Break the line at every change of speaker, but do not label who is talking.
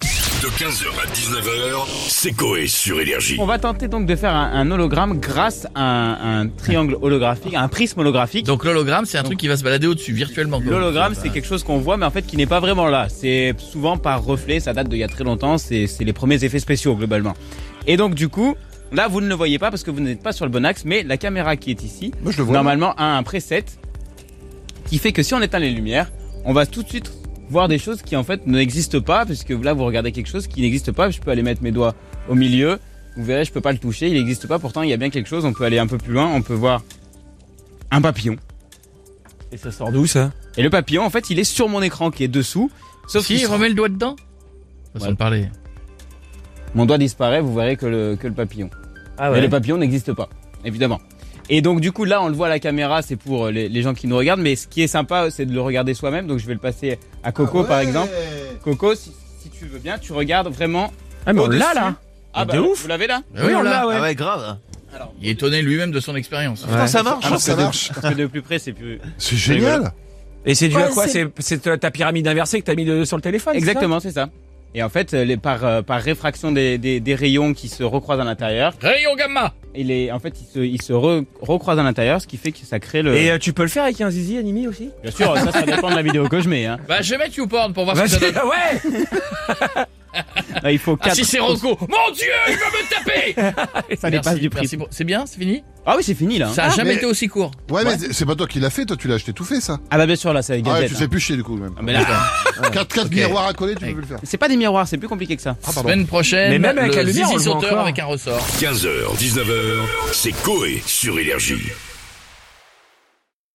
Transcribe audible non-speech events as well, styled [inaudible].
De 15h à 19h, c'est Coé sur Énergie.
On va tenter donc de faire un, un hologramme grâce à un, un triangle holographique, un prisme holographique.
Donc euh, l'hologramme, c'est un truc qui va se balader au-dessus virtuellement. quoi.
L'hologramme, c'est quelque chose qu'on voit, mais en fait qui n'est pas vraiment là. C'est souvent par reflet, ça date d'il y a très longtemps, c'est c'est les premiers effets spéciaux globalement. Et donc du coup, là, vous ne le voyez pas parce que vous n'êtes pas sur le bon axe, mais la caméra qui est ici, normalement, a un preset qui fait que si on éteint les lumières, on va tout de suite voir des choses qui en fait n'existent pas, puisque là, vous regardez quelque chose qui n'existe pas. Je peux aller mettre mes doigts au milieu, vous verrez, je peux pas le toucher, il n'existe pas, pourtant il y a bien quelque chose, on peut aller un peu plus loin, on peut voir un papillon.
Et ça sort d'où ça
Et le papillon, en fait, il est sur mon écran qui est dessous. Sauf
Si,
qu'il sera-
remet le doigt dedans. Façon
Ouais.
de parler.
mon doigt disparaît, vous verrez que le, que le papillon.
Ah
Mais le papillon n'existe pas, évidemment. Et donc du coup là on le voit à la caméra, c'est pour euh, les, les gens qui nous regardent, mais ce qui est sympa c'est de le regarder soi-même, donc je vais le passer à Coco
Ah
par exemple. Coco, si, si tu veux bien, tu regardes vraiment...
Ah mais on
au-dessus.
l'a là
Ah
de ouf.
vous l'avez là
Bah oui, on l'a.
ouais.
grave.
Alors,
Il est étonné lui-même de son expérience.
Ouais.
ça marche.
Ah, parce que
ça
de-
marche.
Parce que de plus près c'est plus...
C'est génial.
Et c'est dû à
Ouais,
quoi C'est
c'est-
c'est ta ta pyramide inversée que t'as mis de- sur le téléphone c'est ça
Exactement, c'est ça. Et en fait, euh, les, par, euh, par réfraction des, des, des rayons qui se recroisent à l'intérieur,
Rayon gamma
et les, en fait, ils se, ils se re- recroisent à l'intérieur, ce qui fait que ça crée le...
Et euh, tu peux le faire avec un zizi animé aussi
Bien sûr, ça, ça dépend de la vidéo que je mets. Hein.
Bah je vais mettre YouPorn pour voir ce que ça
Vas-y,
donne.
[laughs] ouais
Là, il faut
Ah
quatre.
si c'est Rocco Mon dieu, il va me taper
ça dépasse
Merci,
du prix.
merci pour- C'est bien, c'est fini
Ah oui, c'est fini là. hein.
Ça a jamais
mais-
été aussi court.
Ouais, mais c'est pas toi qui l'as fait, toi tu l'as acheté tout fait ça.
Ah bah bien sûr, là, c'est avec
Ah ouais,
gadget.
tu te
hein.
fais plus chier du coup même.
Ah, mais là,
4 quatre
Ok.
miroirs à coller, tu
Ouais.
peux plus le faire.
c'est pas des miroirs, c'est plus compliqué que ça.
Ah pardon.
Semaine prochaine,
Mais même avec
le
la lumière,
zizi
on le voit
sauteur
encore.
avec un ressort.
15h, 19h, c'est Coé sur Énergie.